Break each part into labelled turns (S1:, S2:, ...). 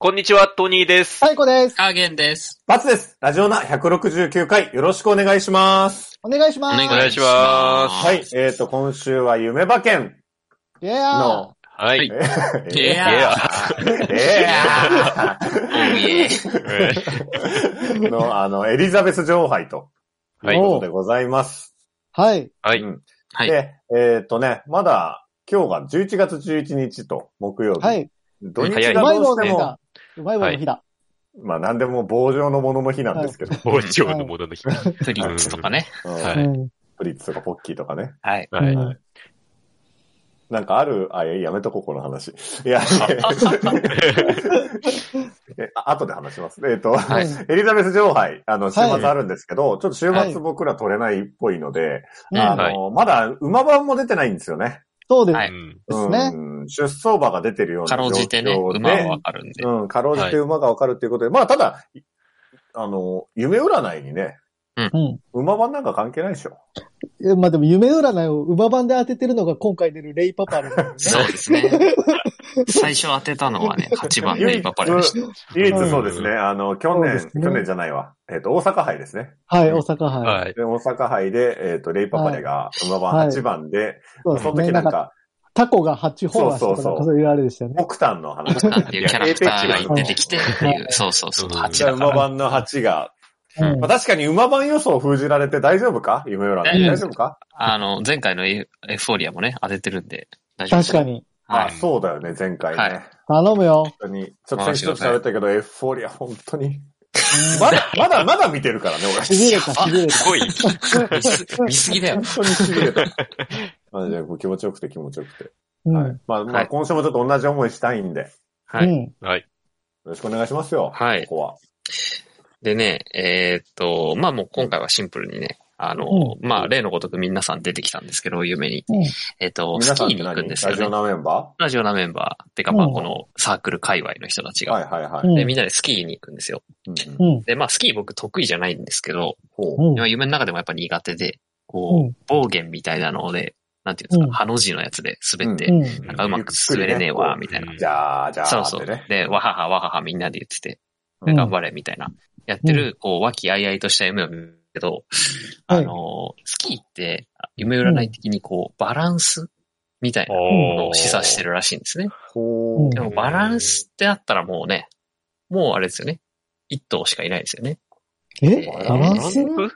S1: こんにちは、トニーです。
S2: 最後です。
S3: アーゲンです。
S4: バツです。ラジオナ169回、よろしくお願いします。
S2: お願いします。
S1: お願いします
S4: はい。。えっ、と、今週は夢馬券
S2: いやー
S4: の、
S1: はい。
S3: い
S1: い
S3: い
S4: え
S3: やー。
S4: ーえ
S1: え
S4: ーの、あの、エリザベス女王杯と。
S1: はいいう
S4: ことでございます。
S2: はい。
S1: はい。
S3: はい
S4: で、えっ、とね、まだ、今日が11月11日と木曜日。
S2: はい。
S4: 土日
S1: 早い
S2: うんま
S4: が
S2: い
S4: ど
S2: 棒
S4: う
S2: の
S4: して
S2: 日
S4: も、
S2: だ。うまい棒の日だ。
S4: まあ何でも棒状のものの日なんですけど、
S1: 包丁のものの日。は
S3: プリッツとかね。
S4: うん
S1: は
S2: う
S1: い
S2: ん
S4: プリッツとかポッキーとかね。
S3: はい。
S2: うん
S1: い。
S4: なんかある、あ、いややめとこう、この話。い や、えあ後で話します。えっ、と、
S3: はい
S4: エリザベス女王杯、あの、週末あるんですけど、ちょっと週末僕ら取れないっぽいので、
S2: うん
S4: あの、まだ馬番も出てないんですよね。
S2: そうです。
S3: は
S1: う
S3: い
S1: ん
S2: ですね
S4: うん、出走馬が出てるような
S3: かろうじてね、
S4: 状況で
S3: 馬はわかるんで。
S4: うん、かろうじて馬がわかるっていうことで、まあ、ただ、いあの、夢占いにね、
S2: うん
S4: 馬番なんか関係ないでしょ。
S2: え。まあでも夢占いを馬番で当ててるのが今回出るレイパパルなんですね
S3: そうです ね。最初当てたのはね、8番レイパパレでした。
S4: 唯一そうですね、
S1: う
S4: あの、去
S2: そう
S4: 年、
S2: ですね
S4: 去年じゃないわ。えっ、と、大阪杯ですね。
S2: はい、大阪杯。
S1: はい。
S4: で大阪杯で、えっ、と、レイパパレが馬
S2: はい
S4: 番8番で、
S2: そうで
S4: そ
S2: す
S4: の
S2: ね。
S4: 時
S2: な
S4: なん
S2: か、
S4: んか、
S2: タコが8本足とか、
S4: そ
S2: な
S4: うんそ
S2: か
S4: う
S2: そういうあれでしたよね。
S4: 木炭の 話。
S3: っていうキャラクターが出てきてっていう、そうそうそう、8だ
S4: 馬
S3: から。
S4: 番の8が。
S3: うん
S2: うん
S4: まあ、確かに馬番予想を封じられて大丈夫か夢占
S3: 大
S4: い。
S3: 丈夫
S4: 大丈夫か
S3: あの、前回のエフエフフォーリアもね、当ててるんで、大
S2: 確か
S3: に。
S2: に。
S3: は
S4: あ、
S3: い。
S4: そうだよね、前回ね。
S3: はい
S2: 頼むよ。
S4: 本当に。ちょっと先週ちょっと喋ったけど、エフフォーリア、本当に。ま
S2: うん
S4: だ、まだ、まだ見てるからね、俺。
S2: し びれた、しび れ
S1: すごい。
S3: 見す見すぎだよ
S4: 本。当にしびれた。 まあ、じゃあ気持ちよくて気持ちよくて。
S2: た。
S4: は
S2: う
S4: い
S2: ん。
S4: まあ、ま
S3: は
S4: あ、
S3: い
S4: 今週もちょっと同じ思いしたいんで、よ
S3: は
S2: う
S3: い。
S2: ん。
S1: はい。
S4: ろしくお願いしますよ。
S3: はい
S4: ここは。
S3: でね、えーっと、まあもう今回はシンプルにね、あの、
S2: う
S3: まあ例のごとく皆さん出てきたんですけど、夢に。
S2: うん
S3: えーっと、ス
S4: 皆
S3: キ
S4: さ
S3: ー
S4: んって
S3: に行
S4: 何
S3: くんですよ
S4: ラジオ
S3: ね。
S4: なメンバ
S3: ラジオなメンバー。てかまあ
S2: うん
S3: このサークル界隈の人たち
S4: ーは
S3: が。
S4: いはいは
S2: う
S4: い。
S3: で、みんなでスキーに行くんですよ。
S4: うん
S2: う。ん。
S3: で、まあスキー僕得意じゃないんですけど、
S4: ほう。
S2: うん。
S3: まあ夢の中でもやっぱ苦手で、こ
S2: う
S3: う、暴言みたいなので、なんていうんですか、
S2: うん
S3: ハの字のやつで滑って、
S2: うん。
S3: なんかうまく滑れねえわ、みたいな。
S1: うん
S4: じゃあ、じゃあ、
S3: そうそう
S4: ってね。。
S3: で、わははわははみんなで言ってて、
S2: うん
S3: 頑張れ、みたいな。やってる、こう、和気あいあいとした夢を見るけど、
S2: はい
S3: あの、スキーって、夢占い的にこう、バランスみたいなのを示唆してるらしいんですね。
S4: ほう。
S3: でも、バランスってあったらもうね、もうあれですよね。一頭しかいないですよね。
S2: え
S3: えー
S2: バランス
S4: えー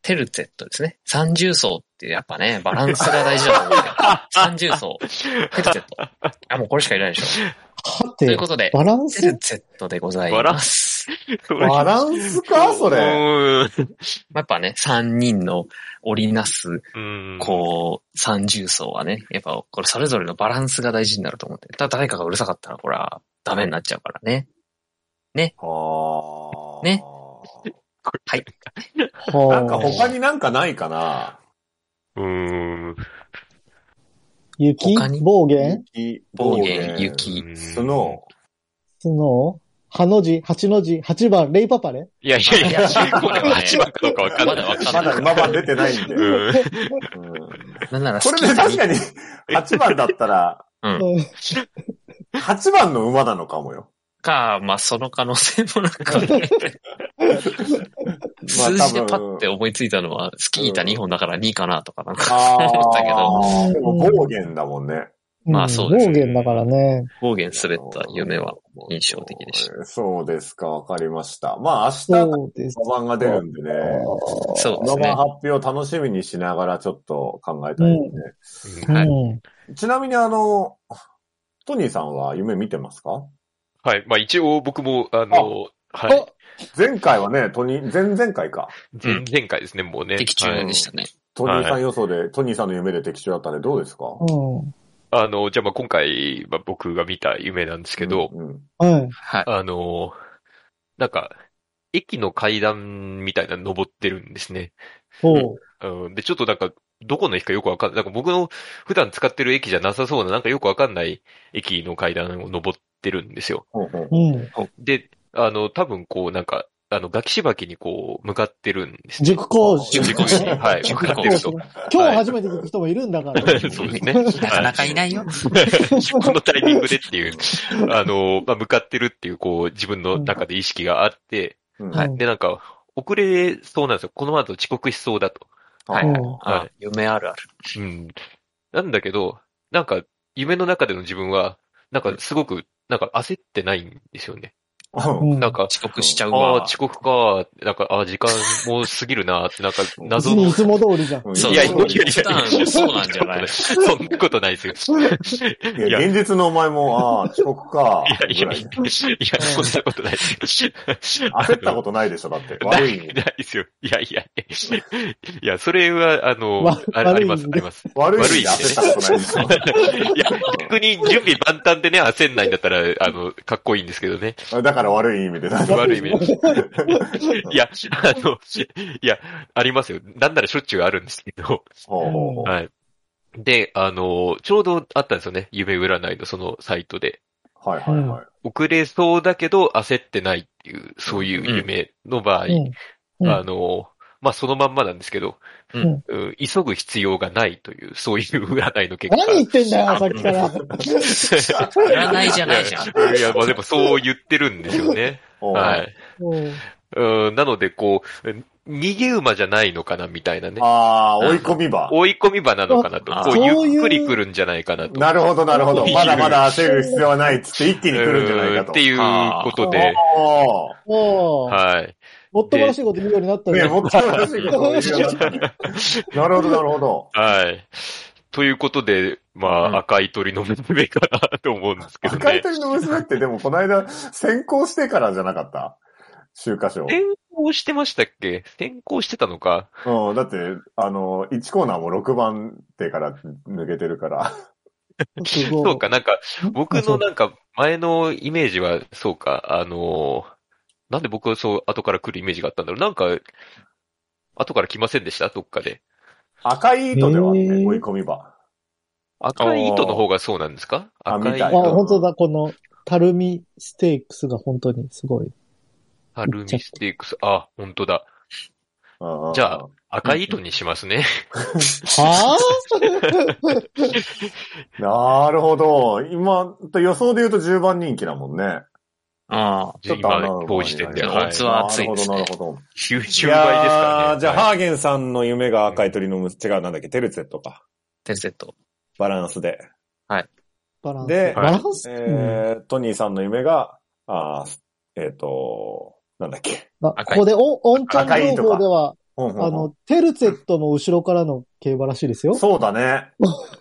S3: テルテットですね。三重層ってやっぱね、バランスが大事だと思うん だよ。三重層。テルテット。あ、もうこれしかいないでしょ。
S2: は
S3: とい
S2: て
S3: う、ことで、
S2: バラン
S3: テ
S2: ス
S3: ルテットでござい
S1: バラ
S3: ま
S1: ン
S3: す。
S1: ス。
S4: バランスかそれ。
S1: れ。
S3: やっぱね、三人の織りなす、
S1: うん。
S3: こう、三重層はね、やっぱ、これそれぞれのバランスが大事になると思って。ただ誰かがうるさかったら、これはダメになっちゃうからね。
S4: はあ。
S3: ね。はい。
S4: なんか
S2: はあ
S4: 他になんかないかな
S1: う。うん。
S2: 雪
S3: 他に
S2: 暴言
S4: 雪
S3: 暴言、。雪。
S4: スノ
S2: スノーハの字、八の字、八番、レイパパレ
S1: ー。いやいやいや、これは8番かどうかわかん
S3: ま
S1: な
S3: だ
S1: い。
S3: わ
S4: ー。
S3: か
S4: ま
S3: んな
S4: だ
S3: い。
S4: 馬番出てないんで。うん
S1: う ん。
S3: なんなら
S4: こ
S3: 好
S4: れ
S3: き
S4: ね、
S3: だ
S4: 確かに、8番だったら、
S3: うん。
S4: 8番の馬なのかもよ。
S3: か、まあ、その可能性もなくはない。数字でパッて思いついたのは、スキー板2本だから2かなとかなんか、
S4: あ
S3: 思ったけ
S4: ー
S2: ど
S4: でも暴言だもんね。
S3: まあ
S2: ん
S3: そうです
S2: 暴言だからね。
S3: 方言滑った夢は印象的でした。
S4: そうですか、わかりました。まあ明日、
S2: そうです。
S4: 馬番が出るんでね。
S3: そうです
S4: 馬
S3: ね
S4: 番。発表を楽しみにしながらちょっと考えたいですね。
S3: はいう
S4: ちなみにあの、トニーさんは夢見てますか
S1: はい。まあ一応僕も、あの、はい。
S4: 前回はね、トニー、前々回か。
S1: 前前回ですね、もうね。
S3: 的中でしたね。
S4: トニーさん予想で、トニーさんの夢で的中だったんでどうですか
S2: ん。うん。
S1: はいあの、じゃあまあ今回、まあ僕が見た夢なんですけど、
S4: うんうん
S2: はい。
S3: はい。
S1: あの、なんか、駅の階段みたいなの登ってるんですね。
S2: おう。
S1: うん、で、ちょっとなんか、どこの駅かよくわかんない。なんか僕の普段使ってる駅じゃなさそうな、なんかよくわかんない駅の階段を登ってるんですよ。
S4: ほうほう
S2: うん。
S1: で、あの、多分こうなんか、あの、ガキしばきにこう、向かってるんですね。
S2: 塾講師。
S3: 塾講師ね
S1: はい、向
S3: 塾
S1: か
S3: 講
S1: っ
S3: 師
S1: てると。
S2: 今日初めて聞く人もいるんだから。
S1: そうですね。
S3: なかなかいない よ。
S1: このタイミングでっていう、あの、まあ、向かってるっていう、こう、自分の中で意識があって、
S4: うん
S2: はい
S1: で、なんか、遅れそうなんですよ。この後遅刻しそうだと。
S3: はい
S2: うん
S3: はい。
S1: は
S3: あ
S1: い
S3: 夢あるある。
S1: うん。なんだけど、なんか、夢の中での自分は、なんか、すごく、なんか、焦ってないんですよね。
S4: うん
S1: なん、か、
S3: 遅刻しちゃう
S1: ああ、
S3: わ。
S1: 遅刻か。なんか、ああ、時間もう過ぎるなって、なんか、
S2: 別
S1: 謎
S2: に
S1: の
S2: い。つも通りじゃん。
S3: そう
S1: いやいやいや
S3: 普段そうなんじゃない
S1: そんなことないですよ。
S4: いや、現実のお前も、ああ、遅刻か。
S1: いやいやいや、い
S4: ぐ
S1: や、そんなことないですよ。
S4: らい焦ったことないでしょ、だって。
S1: な
S4: 悪い意
S1: い、
S4: 味
S1: ないですよ。いやいやいや。いや、それは、あの、
S2: わ
S1: あ
S2: 悪い
S1: あります、あ
S2: んで
S1: ります。
S4: 悪い意味で焦ったことないでしょ。
S1: いや、逆に準備万端でね、焦んないんだったら、あの、かっこいいんですけどね。
S4: だから悪い意味で。なん か
S1: 悪い意味で。いや、あの、いや、ありますよ。なんならしょっちゅうあるんですけど。
S4: ほうほうほ
S1: はい。で、あの、ちょうどあったんですよね。夢占いのそのサイトで。
S4: うはいはいはい。
S1: 遅れそうだけど焦ってないっていう、そういう夢の場合、
S2: うんうん
S1: あの、まあ、そのまんまなんですけど、
S2: ん
S1: うん急ぐ必要がないという、そういう占いの結果。
S2: 何言ってんだよ、さっきから。
S3: 占いじゃないじゃん。
S1: いや、まあ、でもそう言ってるんですよ ね。
S4: ほう
S1: はい。
S2: うん
S1: うん、なので、こう、逃げ馬じゃないのかな、みたいなね。
S4: ああ、追い込み場。
S1: 追い込み場なのかなと。
S3: あ
S1: こ
S2: そう
S1: う、
S2: いう
S1: ゆっくり来るんじゃないかなと。
S4: なるほど、なるほど。まだまだ焦る必要はないっつって一気に来るんじゃないか
S1: うん
S4: と。
S1: っていうことで、
S4: お
S2: もう、
S1: はい。
S2: もっともらしいこと言うようになった
S4: ーね
S2: ね。
S4: もっとらしいことを言うようになったねなるほど、なるほど。
S1: はい。ということで、まあ、
S3: うん
S1: 赤い鳥の目かな と思うんですけど
S4: 赤い
S1: ね。
S4: 鳥の娘ってでもこの間、先行してからじゃなかった週刊賞。
S1: 転校してましたっけ転校してたのか
S4: うん、だって、あの、1コーナーも6番手から抜けてるから。
S2: すごい
S1: そうか、なんか、僕のなんか、前のイメージは、そうか、あのーなんで僕はそう、後から来るイメージがあったんだろう。なんか、後から来ませんでしたどっかで。
S4: 赤い糸ではあって
S2: へー
S4: 追い込み場。
S1: 赤い糸の方がそうなんですか
S4: あー
S1: 赤い
S4: あ
S2: あ、
S4: みたい
S1: 糸、
S2: 本当だ、この、たるみステークスが本当にすごい。
S1: アルミステークス。あ、本当だ。
S4: うんうんうん
S1: じゃあ。赤い糸にしますね。
S2: は
S4: なるほど。今、予想で言うと10番人気だもんね。
S3: あ
S4: ちょっと
S1: 今
S4: あの、
S1: 今日時点で。
S3: ちょっと
S1: はい
S3: オッズは熱いですね
S4: なるほど、なる
S1: 90
S4: ほど。
S1: 倍ですから
S4: いや
S1: ね。
S4: ーじゃあ、
S1: はい
S4: ハーゲンさんの夢が赤い鳥のむ、違う、なんだっけ、テルツェットか。
S3: テルセット。
S4: バランスで。
S2: バランス。
S4: で
S2: バランス、うん
S4: えー、トニーさんの夢が、あーえっ、と、なんだっけ。
S2: あ
S3: 赤い
S2: ここでオン、オンチ
S4: 赤
S2: ャ
S4: い
S2: ン
S4: と
S2: 情
S4: か
S2: 報では、
S4: うんうんうん
S2: あの、テルツェットの後ろからの競馬らしいですよ。
S4: そうだね。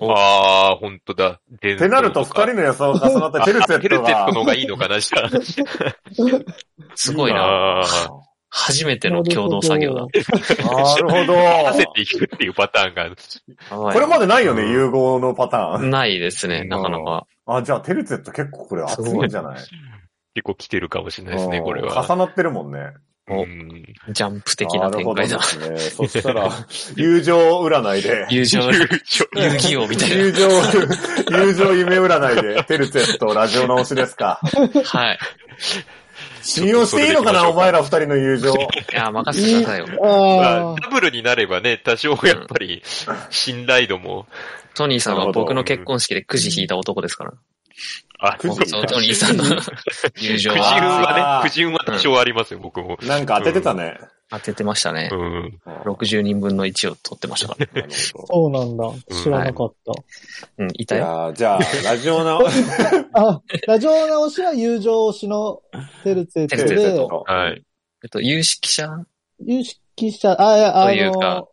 S1: ああ、本当だ。って
S4: ってなると、二人の予想が重なって、テルツェ
S1: テ
S4: ッ
S1: ル
S4: ト
S1: テットの
S4: が。
S1: 方がいいのかな、じ ゃあ。
S3: すごいな。
S1: あ
S3: 初めての共同作業だ。
S4: なるほど。
S1: あ。 焦っていくっていうパターンがある。
S4: これま
S3: で
S4: でないよね、融合のパターン。
S3: ないですね、なかなか。
S4: あ、じゃあ、テルツェット結構これ熱いんじゃない
S1: 結構来てるかもしれないですね、
S4: うん
S1: これは。
S4: 重なってるもんね。
S3: 重
S1: うん
S3: ジャンプ的な展開
S4: な
S3: だ
S4: る。ほどですね。そしたら、友情占いで。
S3: 友情、遊戯王みたい
S4: 友情、友情夢占いで、テルツェットラジオ直しですか。
S3: な。はい。
S4: 信用していいのかな、お前ら二人の友情。
S3: いや、任せてくださいよ。
S1: ま
S2: あ
S1: あダブルになればね、多少やっぱり、信頼度も。
S3: トニーさん
S4: なる
S3: は
S4: ほど
S3: 僕の結婚式でくじ引いた男ですから。
S1: あ、
S4: くじ
S3: そう、トニーさんの友情
S1: くじ運は
S4: あー
S1: ね、くじ運は多少ありますよ、僕も。
S4: なんか当ててたね。
S3: 当ててましたね
S1: う。ん。
S4: うん
S3: 60人分の1を取ってましたから。
S4: なるほど
S2: そうなんだ。知らなかっ
S3: うん、い
S4: い
S3: たよ。
S4: やーじゃあ、ラジオ直し、
S2: た。あ、ラジオ直しは友情推しのテルツェット
S4: テルツェッ
S2: で、
S4: ト。
S1: はい。
S3: えっと、有識者
S2: 有識者、あ、いや、
S3: と
S2: あ
S3: いうか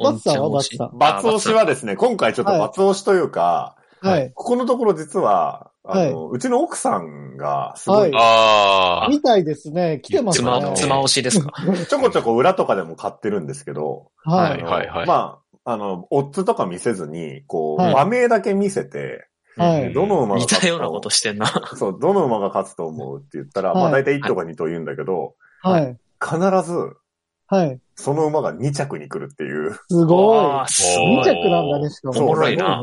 S2: の、バツさんはバツさ
S4: 罰押しはですね、今回ちょっと罰押しというか、
S2: ん。はい。
S4: ここのところ実は、あの、うちの奥さんが、すごい、
S1: ああ。
S2: みたいですね。来てますね。
S3: 妻、
S4: 妻
S3: 妻推しですか
S4: ちょこちょこ裏とかでも買ってるんですけど、
S2: は
S1: はい
S2: い。
S4: まあ、あの、オッズとか見せずに、こう、
S2: はい
S4: 馬名だけ見せて、
S2: はい
S4: どの馬が
S3: 似た
S4: 勝つか
S3: ようなことしてんな。
S4: そう、どの馬が勝つと思うって言ったら、
S2: はい
S4: まあ大体1とか2と言うんだけど、
S2: はい。
S4: 必ず、
S2: はい。
S4: その馬が2着に来るっていう。
S2: すご
S3: あーす
S2: い。
S1: ごい
S2: 2着なんだね、しかも。
S4: おもろい
S3: な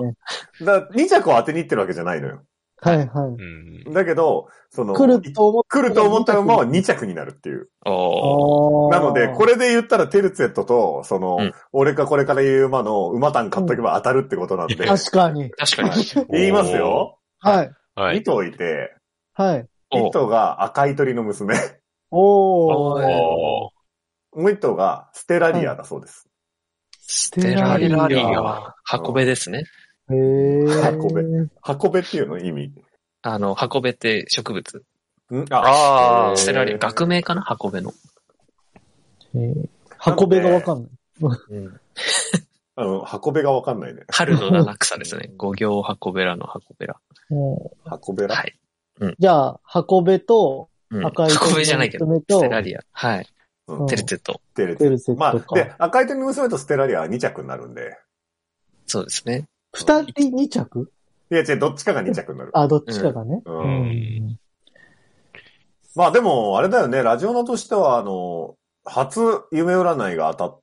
S2: すごいね。
S4: だ2着を当てに行ってるわけじゃないのよ。
S2: はいはい。
S1: うん。
S4: だけど、その、
S2: 来ると思っ
S4: 来ると思ったのも2着になるっていう。
S3: おー。
S2: あ
S4: なので、こ
S2: れ。
S4: れで言ったらテルツェットと、その、
S3: うん
S4: 俺がこれから言う馬の馬単買っとけば当たるってことなんで、
S2: 確かに。
S3: 確かに。
S4: 言いますよ。
S2: はい。
S1: は
S4: 2
S1: い。
S4: 頭いて、
S2: はい。
S4: 1
S3: おー
S4: 頭が赤い鳥の娘、
S2: お
S1: お
S2: ー。
S1: ー
S4: もう1頭がステラリアだそうです。
S3: ステラリ
S2: ステラリ
S3: ア
S2: ア
S3: は箱べですね。
S2: へー。
S4: ごめ箱べっていうの意味
S3: あの、箱べって植物。
S4: ん
S1: あー
S3: ステラリア、
S4: 学
S3: 学名かな箱べの。
S2: へー箱べがわかんない。
S4: あの、箱べがわかんないね。
S3: 春の七草ですね。五行箱べらの箱べ
S2: う
S3: ら。
S2: ん
S4: 箱べら、
S3: はい。
S2: じゃあ、箱べと
S3: うん
S2: 赤い
S3: 箱
S2: 鳥
S3: べじゃ
S2: の
S3: ないけど、
S2: 娘
S3: ス
S2: と
S3: テ、ラリア。はい。
S4: うん
S2: うん
S3: テルテッド。
S4: テレツ
S2: テ
S4: ェ
S2: ルセッ
S4: ま
S2: ト
S4: あ、
S2: か。
S4: で、赤い鳥の娘とステラリアは2着になるんで。
S3: そうですね。
S2: 二人二着
S4: いや違う、どっちかが2着になる。
S2: あ、どっちかがね。
S4: う
S2: うんん
S4: まあでも、あれだよね、ラジオナとしては、あの、初夢占いが当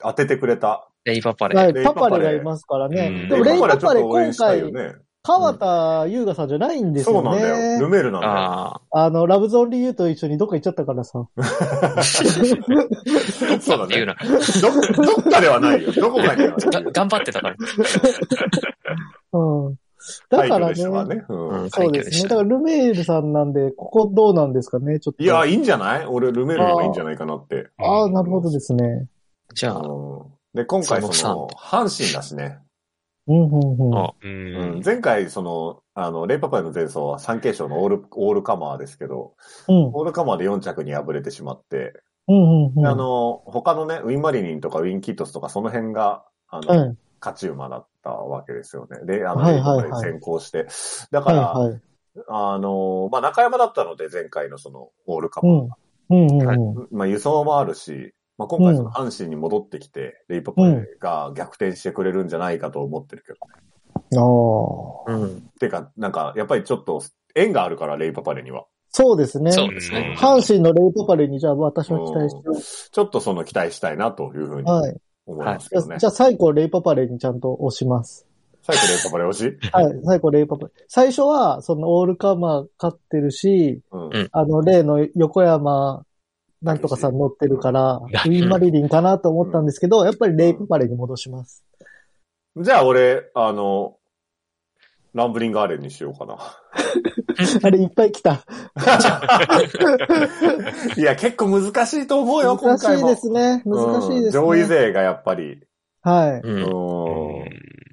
S4: た、当ててくれた。
S3: レイパパレ。
S2: は
S4: レ
S2: い、
S4: イ
S2: パ
S4: パパレ
S2: パレがいますからね
S1: う。ん
S2: でも、レイパ
S4: ちょ
S2: パ
S4: っ
S2: レ
S4: と応援
S2: 今
S4: したい
S2: 回
S4: よ、ね。
S2: 川田優雅さんじゃないんです
S4: そ
S2: よ
S4: うなんだよ。ル
S2: ね。
S4: メールなんだよ。
S3: あ
S2: あの、ラブゾンリユーと一緒にどっか行っちゃったからさ。
S3: あ。
S4: そうだ
S3: っていう
S4: ね。
S3: な。
S4: ど、どっかではないよ。どこかにはな
S3: が
S4: い。
S3: 頑張ってたから。
S2: うん。だから
S4: 快挙でしたわ
S2: ね。
S4: ね。うん
S3: うん
S2: そうですね。だからルメールさんなんで、ここどうなんですかね、ちょっと。
S4: いや、いいんじゃない俺、ルメールの方がいいんじゃないかなって。
S2: ああ、なるほどですね。
S3: じゃあ、
S4: で、今回そ
S3: その
S4: の、阪神だしね。
S2: うん、うん、うん。
S3: あ
S1: う
S4: うん
S1: ん。
S4: 前回、その、あの、レイパパイの前走は三景賞のオール、オールカマーですけど、
S2: うん、
S4: オールカマーで4着に敗れてしまって、
S2: うん、うん。
S4: であ、の、他のね、ウィンマリニンとかウィンキットスとかその辺が、あの、
S2: うん。
S4: 勝ち馬だったわけですよね。で、あの、
S2: は
S4: はい
S2: はいはい
S4: 先行して。だ
S2: は
S4: か
S2: い、
S4: ら、
S2: はい。
S4: あの、まあ、中山だったので、前回のその、オールカ
S2: う
S4: マー
S2: ん。うん、うん、うん。
S4: まあ、輸送もあるし、まあ、今回その阪神に戻ってきて、レイパパイが逆転してくれるんじゃないかと思ってるけど。
S2: ああ。
S3: うん。
S4: てか、なんか、やっぱりちょっと、縁があるから、レイパパレには。
S2: そうですね。
S3: そうですね。
S2: 阪神のレイパパレに、じゃあ私は期待してます。
S4: ちょっとその期待したいなというふうに
S2: はい。
S4: 思います
S2: じゃ
S4: よ
S2: あ、
S4: ね。
S2: じゃあ最後レイパパレにちゃんと押します。
S4: 最後レイパパレ推 し
S2: はい。最後レイパパレ。最初は、そのオールカマー勝ってるし、
S4: うん。
S2: あの、例の横山、なんとかさん乗ってるから、ウィンマリリンかなと思ったんですけど、やっぱりレイプパレに戻します。
S4: じゃあ俺、あの、ランブリンガーレンにしようか な。
S2: あれいっぱい来た。
S4: いや、結構難しいと思うよ、今
S2: 難し
S4: 回
S2: い
S4: も。
S2: ですね。難しいですね。
S4: うん上位勢がやっぱり。
S2: は
S3: う。。
S4: うんん。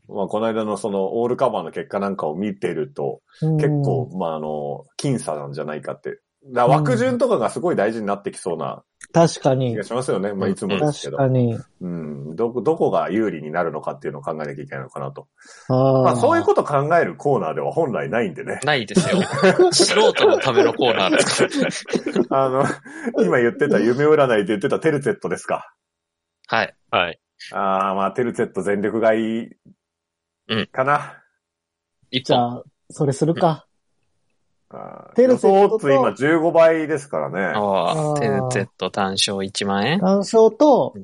S4: まあ、この間のその、オールカバーの結果なんかを見てると、
S2: い。うん
S4: 結構、。まあ、あの、僅差なんじゃないかって。だから枠順とかがすごい大事になってきそうな
S2: 確か
S4: 気
S2: に
S4: が。しますよね。まあ、いつもです
S2: 確
S4: けど
S2: か。に。
S4: うん。どこ、どこが有利になるのかっていうのを考えなきゃいけないのかなと。ま
S2: あ
S4: あ、
S2: ー
S4: そういうこと考えるコーナーでは本来ないん でね
S3: ないですよ。素人のためのコーナーですから。
S4: あの、今言ってた夢占いで言ってたテルツェットですか。
S3: はい。
S1: はい。
S4: ああ、まあ、テルツェット全力がいい。
S3: うん
S4: かな。
S3: 一
S2: じゃ
S3: 本。
S2: あ、それするか。
S4: あー
S2: テルツェットと
S4: 予想オッズ今15倍ですからね。
S3: あ
S2: あ
S3: あ、
S2: ー
S3: テルテッド単勝1万円。
S2: 単勝と
S3: う、ん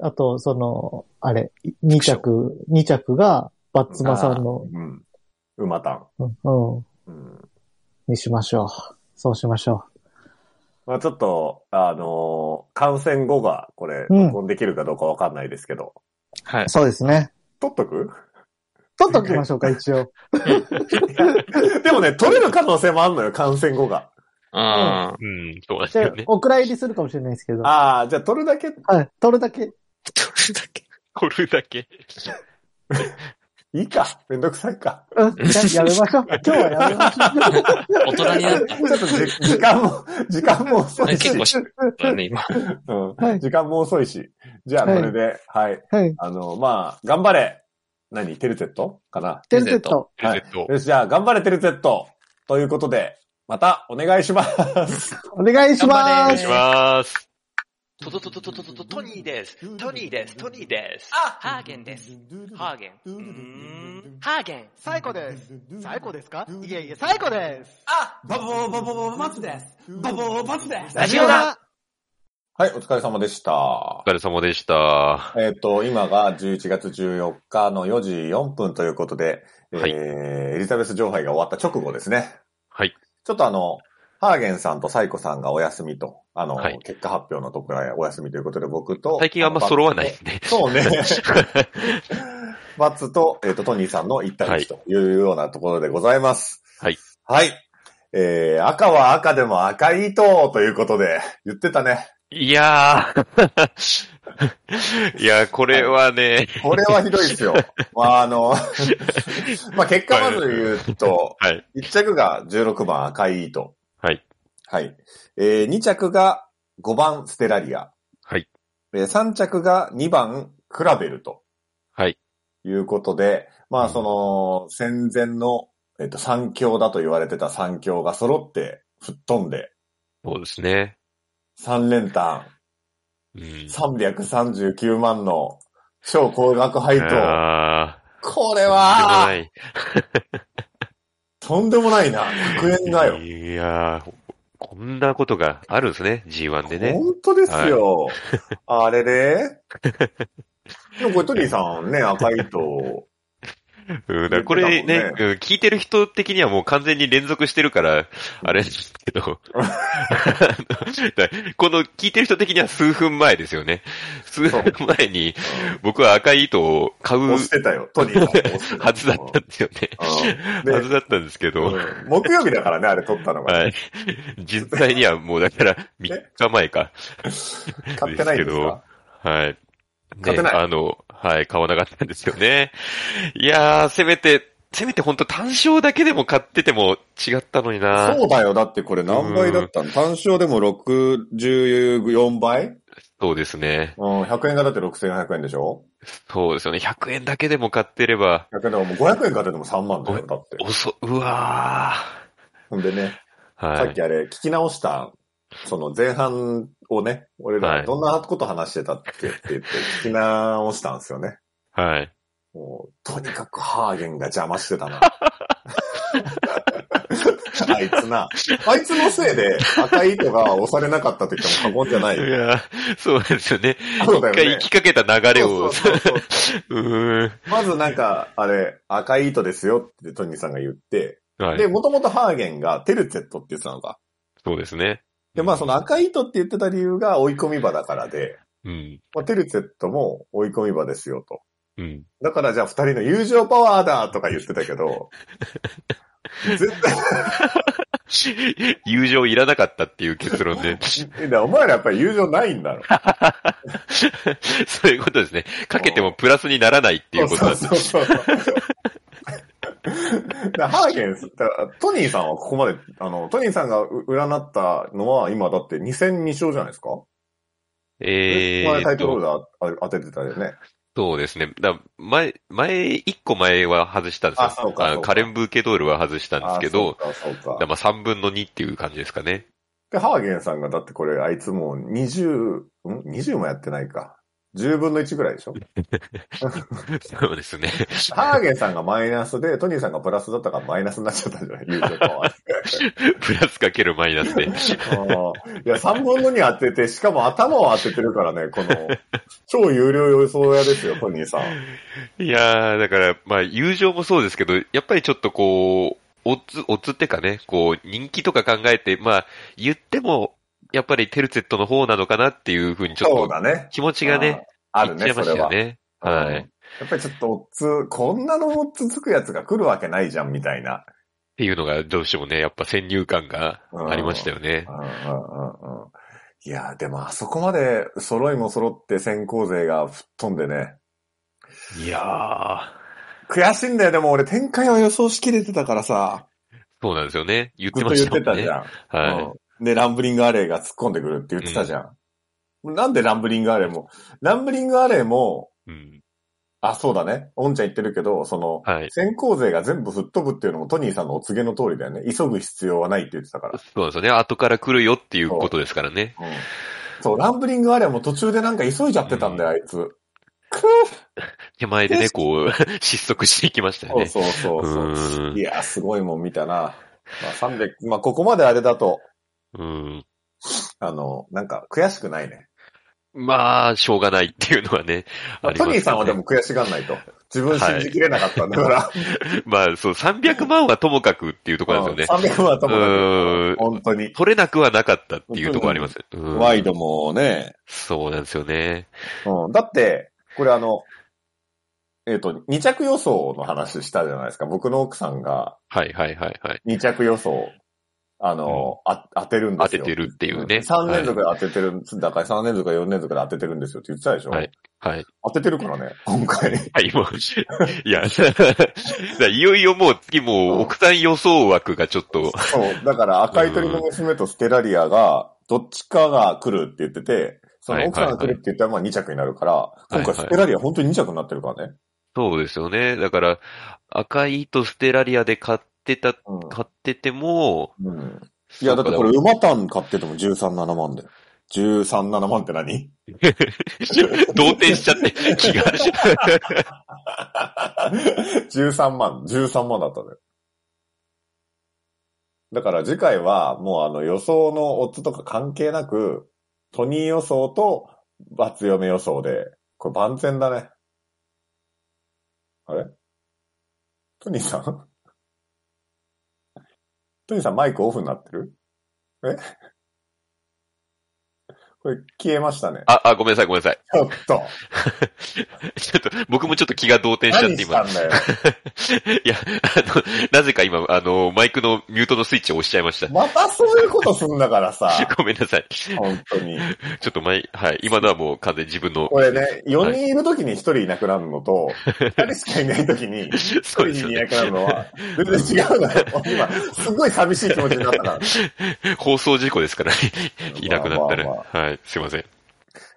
S2: あと、その、あれ、2着、二着が、バッツマさんの、
S4: うん。馬単。
S2: うん、うん
S4: うん。
S2: にしましょう。そうしましょ
S4: まあちょっと、あのー感染後が、これ、
S2: うん。。
S4: 録音できるかどうかわかんないですけど。
S3: はいう
S2: そうですね。
S4: 取っとく
S2: 取っときましょうか、一応。
S4: でもね、取れる可能性もあるのよ、感染後が。
S3: あ
S1: うん。そうなんです
S2: じゃあ
S1: よね。
S2: お蔵入りするかもしれないですけど。は
S4: ああ、じゃあ取るだけ
S2: い、取るだけ。
S3: あ。 どれだけ。
S1: これだけ。
S4: いいか。めんどくさいか。
S2: うん、じゃあやめまし ょう。今日はやめましょ
S3: 大人になっ
S4: ちょっとじ時間も、時間も遅
S3: た。
S4: いし。
S3: 結構し、ね、今。
S4: うん
S2: はい
S4: 時間も遅いし。じゃあ、こ
S2: はい
S4: れで、はい、
S2: う。はい。
S4: あの、まあ、頑張れ何テルゼットかな
S2: テルセット。
S1: テレゼット。
S4: よし、じゃあ、頑張れテルゼットということで、またお願いします。
S2: お願いしま
S1: お願
S2: す
S1: いし。ます。トトトトトトトトニーです。トニーです。トニーです。
S5: あ、ハーゲンです。ハーゲン。うーんハーゲン。
S6: 最高です。最高ですかいえいえ、最高です。
S5: あ、バボーバボーバボーバツです。バボーバツです。
S6: ラジオだ
S4: はい、お疲れ様でした
S1: お。疲れ様でした。
S4: えっ、と、今が11月14日の4時4分ということで、
S1: はい
S4: えーエリザベス上杯が終わった直後ですね。
S1: はい。
S4: ちょっとあの、ハーゲンさんとサイコさんがお休みと、あの、
S1: はい
S4: 結果発表のところがお休みということで、僕と。
S1: 最近あんま揃わないんで。
S4: そうね。バッツと、えっ、と、トニーさんの一対一というようなところでございます。
S1: はい。
S4: はい。えー、赤は赤でも赤い糸ということで、言ってたね。
S1: いやー。 いやー、これはね、
S4: これはひどいで すよ。まあ、あの、まあ、結果まず言うと、
S1: はい。
S4: 1着が16番赤い糸。
S1: はい。
S4: はい。えー、2着が5番ステラリア。
S1: はい。
S4: えー、3着が2番クラベルと。
S1: はい。
S4: いうことで、まあその、戦前の、えっと、三強だと言われてた三強が揃って、吹っ飛んで、
S1: そうですね。
S4: 三連単、
S1: うん。
S4: 339万の超高額配当。
S1: あ
S4: これ
S1: ー
S4: は、
S1: とんで
S4: とんでもないな。100円
S1: もな
S4: だ
S1: い
S4: よ。
S1: いやー、こんなことがあるんですね、G1 でね。
S4: 本当ですよ。あ れれでもこれトリーさんね、赤い糸。
S1: うん、だからこれね
S4: 言ってた
S1: うん聞いてる人的にはもう完全に連続してるから、あれですけど。 だからこの聞いてる人的には数分前ですよね。数分前に僕は赤い糸を買う
S4: 押
S1: は
S4: してたよ。トニーさん押 してた。
S1: ずだったんですよね。
S4: うん
S1: はずだったんですけど。
S4: うん木曜日だからね、あれ撮ったのが。
S1: はい。実際にはもうだから3日前か。
S4: 買ってないんですか
S1: はい。ね
S4: 勝てない
S1: あの、はい、買わなかったんですよね。いやー、せめて、せめて本当単勝だけでも買ってても違ったのにな
S4: そうだよ。だってこれ何倍だったの単勝でも64倍
S1: そうですね。
S4: うん、100円がだって6400円でしょ
S1: そうですよね。100円だけでも買ってれば、
S4: ?100 円でももう500円買ってでも3万だよ、だって。
S1: おそ、うわ
S4: ほんでね、
S1: ー。は
S4: さっ
S1: い
S4: き。あれ聞き直した、その前半をね、俺
S1: は
S4: ら
S1: い
S4: どんなこと話してたっけって言って聞き直したんですよね。
S1: はい。
S4: もう、とにかくハーゲンが邪魔してた な。あいつな。あいつのせいで赤い糸が押されなかったと言っても過言じゃない
S1: い
S4: よ。
S1: やーそうですよね。
S4: そう
S1: 一
S4: だよ
S1: 回
S4: ね
S1: 行。きかけた流れを、
S4: そうそうそ う
S1: うーん。
S4: まずなんか、あれ、赤い糸ですよってトニーさんが言って、
S1: は
S4: で、
S1: い。
S4: もともとハーゲンがテルツェットって言ってたのか。
S1: そうですね。
S4: で、まあその赤い糸って言ってた理由が追い込み場だからで、
S1: うん。
S4: まあ、テルツェットも追い込み場ですよと。
S1: うん。
S4: だからじゃあ二人の友情パワーだとか言ってた けど、絶
S1: 友情いらなかったっていう結論 で。
S4: 対、いやお前らやっぱり友情ない んだろ。
S1: そういうことですね。かけてもプラスにならないっていうことなんです。
S4: そう そうそうそう。だからハーゲンス、だからトニーさんはここまで、あの、トニーさんが占ったのは今だって2戦2勝じゃないですか
S1: え
S4: 前タ
S1: ー
S4: イ
S1: っ
S4: トルホル
S1: と、
S4: ダーあ当ててたよね。
S1: そうですね。だ前、前、一個前は外したんですよ。
S4: あそうかそう
S1: の
S4: か
S1: カレンブーケドールは外したんですけど、
S4: あそうか、そう
S1: だ
S4: か。
S1: まあ3分の2っていう感じですか ね。
S4: で、ハーゲンさんがだってこれ、あいつもう20、ん ?20 もやってないか。10分の1ぐらいでしょ
S1: そうですね。
S4: ハーゲンさんがマイナスで、トニーさんがプラスだったからマイナスになっちゃったんじゃない優勝パワー
S1: プラスかけるマイナスで。
S4: うんいや、3分の2当てて、しかも頭を当ててるからね、この、超有料予想屋ですよ、トニーさん。
S1: いやー、だから、まあ友情もそうですけど、やっぱりちょっとこう、オッズ、オッズってかね、こう、人気とか考えて、まあ、言っても、やっぱりテルツェットの方なのかなっていうふうにちょっ
S4: そう
S1: と
S4: だね。
S1: 気持ちがね、
S4: あある
S1: い
S4: ね、
S1: っちゃ
S4: そ
S1: いまし
S4: れ
S1: たよ
S4: は。
S1: ね。
S4: うん
S1: はい。
S4: や
S1: っ
S4: っぱりちょっと、オッズ、こんなのオッズつくやつが来るわけないじゃん、みたいな。
S1: ていうのがどうしてもね、やっぱ先入観がありましたよね
S4: う。んうんうんうんいやー、でもあそこまで揃いも揃って先行勢が吹っ飛んでね。
S1: いやー。
S4: 悔しいんだよ、でも俺展開を予想しきれてたからさ、
S1: そうなんですよね。言っ
S4: ずってと
S1: まし
S4: 言っ
S1: た
S4: て
S1: も
S4: た
S1: んね。
S4: じゃん。
S1: は
S4: うんで、ランブリングアレイが突っ込んでくるって言ってたじゃん。なんでランブリングアレイも、ランブリングアレイも、
S1: い。うん。
S4: あ、そうだね。おんちゃん言ってるけど、その、
S1: はい。
S4: 先行勢が全部吹っ飛ぶっていうのもトニーさんのお告げの通りだよね。急ぐ必要はないって言ってたから。
S1: そうなんですよね。後から来るよっていうことですからね。
S4: うんそう、ランブリングアレイも途中でなんか急いじゃってたんだよ、あいつ。くー
S1: 手前でね、こう、 失速していきましたよ
S4: そう
S1: ね。
S4: そうそうそうう
S1: ーん
S4: いや、すごいもん見たな。まあ、300、まあ、ここまであれだと、
S1: うん。
S4: ああの、なんか悔しくないね。
S1: まあ、しょうがないっていうのはね。あります
S4: ト
S1: よね
S4: ニーさんはでも悔しがんないと。自分信じきれなかったんだから。
S1: まあ、そう、300万はともかくっていうところなんですよね。
S4: 300はとも
S1: うん
S4: かく本当に。
S1: 取れなくはなかったっていうところあります。うん
S4: ワイドもね、
S1: そうなんですよね。
S4: うん。だって、これあの、えっ、と、二着予想の話したじゃないですか。僕の奥さんが
S1: はいはいはいはい。
S4: 二着予想、あの、あ当てるんで
S1: 当
S4: す
S1: て
S4: よ。
S1: てるっていうね。
S4: 3連続で当ててるんです、だから3連続か4連続で当ててるんですよって言ってたでしょ、
S1: はい。 はい。
S4: 当ててるからね、今回。
S1: はい、もう、いや、だ からいよいよもう次もう奥さん予想枠がちょっと、
S4: そう。だから赤い鳥の娘とステラリアが、どっちかが来るって言ってて、その奥さんが来るって言ったらまあ2着になるから、
S1: いはい
S4: 今回ステラリア本当に2着になってるからね。
S1: そうですよね。だから、赤いとステラリアで買ってた、買ってても、
S4: うん。うんいや、だってこれ馬単買ってても13、7万だよ。13、7万って何
S1: 同点しちゃって、気が。
S4: ?13 万、13万だったんだよ。だから次回はもうあの予想のオッズとか関係なく、トニー予想とバツ嫁予想で、これ万全だね。あれトニーさんトニーさんマイクオフになってるえこれ消えましたね。
S1: あ、あ、ごめんなさいごめんなさい。
S4: ちょっと。
S1: ちょっと、僕もちょっと気が動転しちゃっ
S4: 何
S1: て
S4: した
S1: 今。
S4: んだよ。
S1: いや、あの、なぜか今、あの、マイクのミュートのスイッチを押しちゃいました。
S4: またそういうことすんだからさ。
S1: ごめんなさい。ち
S4: 本当に。
S1: ょっと前、はい、今のはもう完全に自分の。
S4: これね、4人いるときに1人いなくなるのと、2人しかいないときに1
S1: そう
S4: 人
S1: ですよ
S4: い
S1: ね。
S4: なくなるのは、全然違うのよ。今、すごい寂しい気持ちになったから。
S1: 放送事故です から、 いなくなったら。
S4: まあま
S1: は
S4: あ
S1: い、すいません。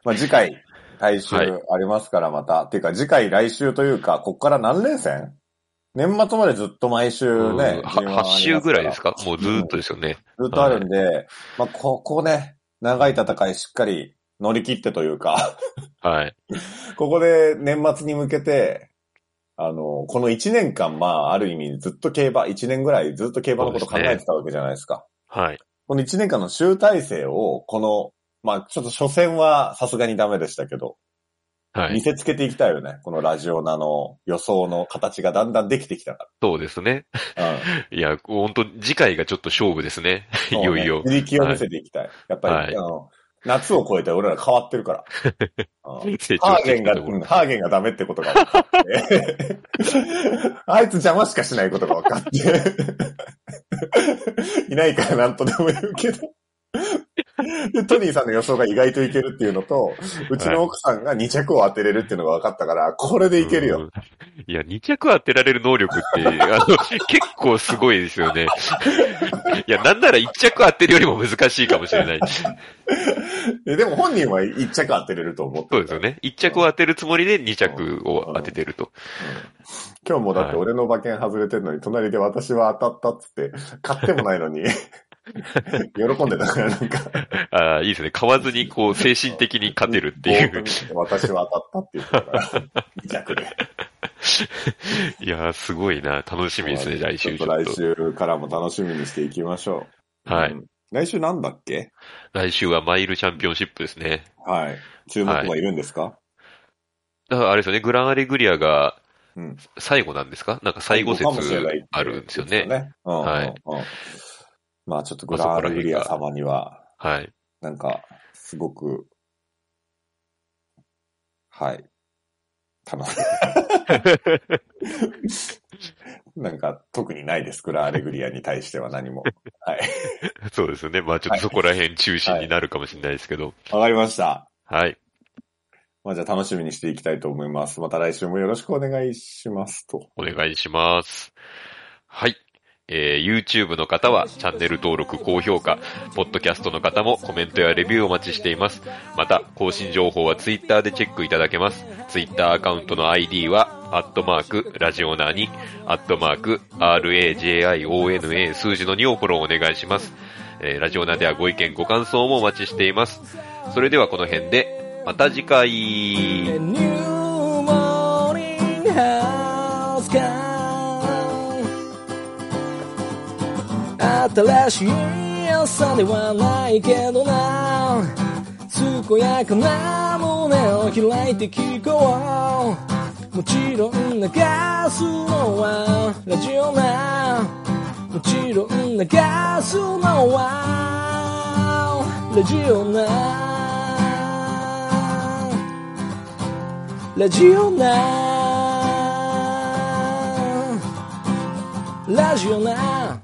S4: まあ次回、来週
S1: はい
S4: ありますからまた。っていうか次回来週というか、こっから何連戦年末までずっと毎週ね、
S1: 8週ぐらいです
S4: か
S1: かもうずーっとですよね。
S4: ずっとあるんで、まあここね、長い戦いしっかり乗り切ってというか、
S1: はい。
S4: ここで年末に向けて、あの、この1年間、まあ、ある意味ずっと競馬、1年ぐらいずっと競馬のこと考えてたわけじゃないですか。
S1: はい。
S4: この1年間の集大成を、この、まあ、ちょっと初戦はさすがにダメでしたけど、
S1: はい
S4: 見。せつけていきたいよね。このラジオナの予想の形がだんだんできてきたか
S1: そうですね。
S4: ら。うん
S1: いや、本当次回がちょっと勝負ですね。い
S4: そう
S1: よ
S4: ね
S1: いよ。
S4: 自力を見せていきたい。やっぱり、
S1: はい
S4: あの、夏を超えて俺ら変わってる から。うん
S1: 成長
S4: ハ
S1: し
S4: ーゲ
S1: て
S4: ン
S1: き
S4: が、
S1: たとこ
S4: うん
S1: ろ。
S4: ハーゲンがダメってことが分か って。あいつ邪魔しかしないことが分かって。いないからなんとでも言うけど。で、トニーさんの予想が意外といけるっていうのと、うちの奥さんが2着を当てれるっていうのが分かったから、これでいける
S1: う
S4: よ。
S1: ん。いや、2着当てられる能力って、あの、結構すごいですよね。いや、なんなら1着当てるよりも難しいかもしれない。
S4: えでも本人は1着当てれると思って
S1: そう
S4: る
S1: で
S4: か
S1: す
S4: ら
S1: よね。1着を当てるつもりで2着を当ててると。
S4: 今日もだって俺の馬券外れてるのに、隣で私は当たったっつって、買ってもな いのに、喜んでたからなんか。
S1: ああ、いいですね。買わずに、こう、精神的に勝てるっていう。
S4: 私は当たったって言ったから、2 着で。
S1: いやー、すごいな。楽しみですね、来週。
S4: ちょっと来週からも楽しみにしていきましょう。
S1: はい
S4: うん。来週なんだっけ
S1: 来週はマイルチャンピオンシップですね。
S4: はい。注目はいるんですか、
S1: だからあれですよね、グランアレグリアが
S4: うん。
S1: 最後なんですかなんか最後説
S4: かもしれないって
S1: あるんですよね。
S4: 言ってたよね
S1: はい
S4: うんうんうん。まあちょっとグランアルグリア様には、
S1: はい。
S4: なんか、すごく、はい。楽し み。なんか、特にないです。グランアレグリアに対しては何も。はい。
S1: そうですよね。まあちょっとそこら辺中心になるかもしれないですけど。
S4: わかりました。
S1: はい。
S4: まあじゃあ楽しみにしていきたいと思います。また来週もよろしくお願いしますと。
S1: お願いします。はい。えー、YouTube の方はチャンネル登録、高評価、Podcast の方もコメントやレビューをお待ちしています。また、更新情報は Twitter でチェックいただけます。Twitter アカウントの ID は、アットマーク、ラジオナーに、アットマーク、RAJIONA 数字の2をフォローお願いします。えー、ラジオナではご意見、ご感想もお待ちしています。それではこの辺で、また次回。
S7: ニューモーニングハウスか新しい朝さではないけどな健やかな胸を開いて聞こうもちろん流すのはラジオなもちろん流すのはラジオなラジオなラジオな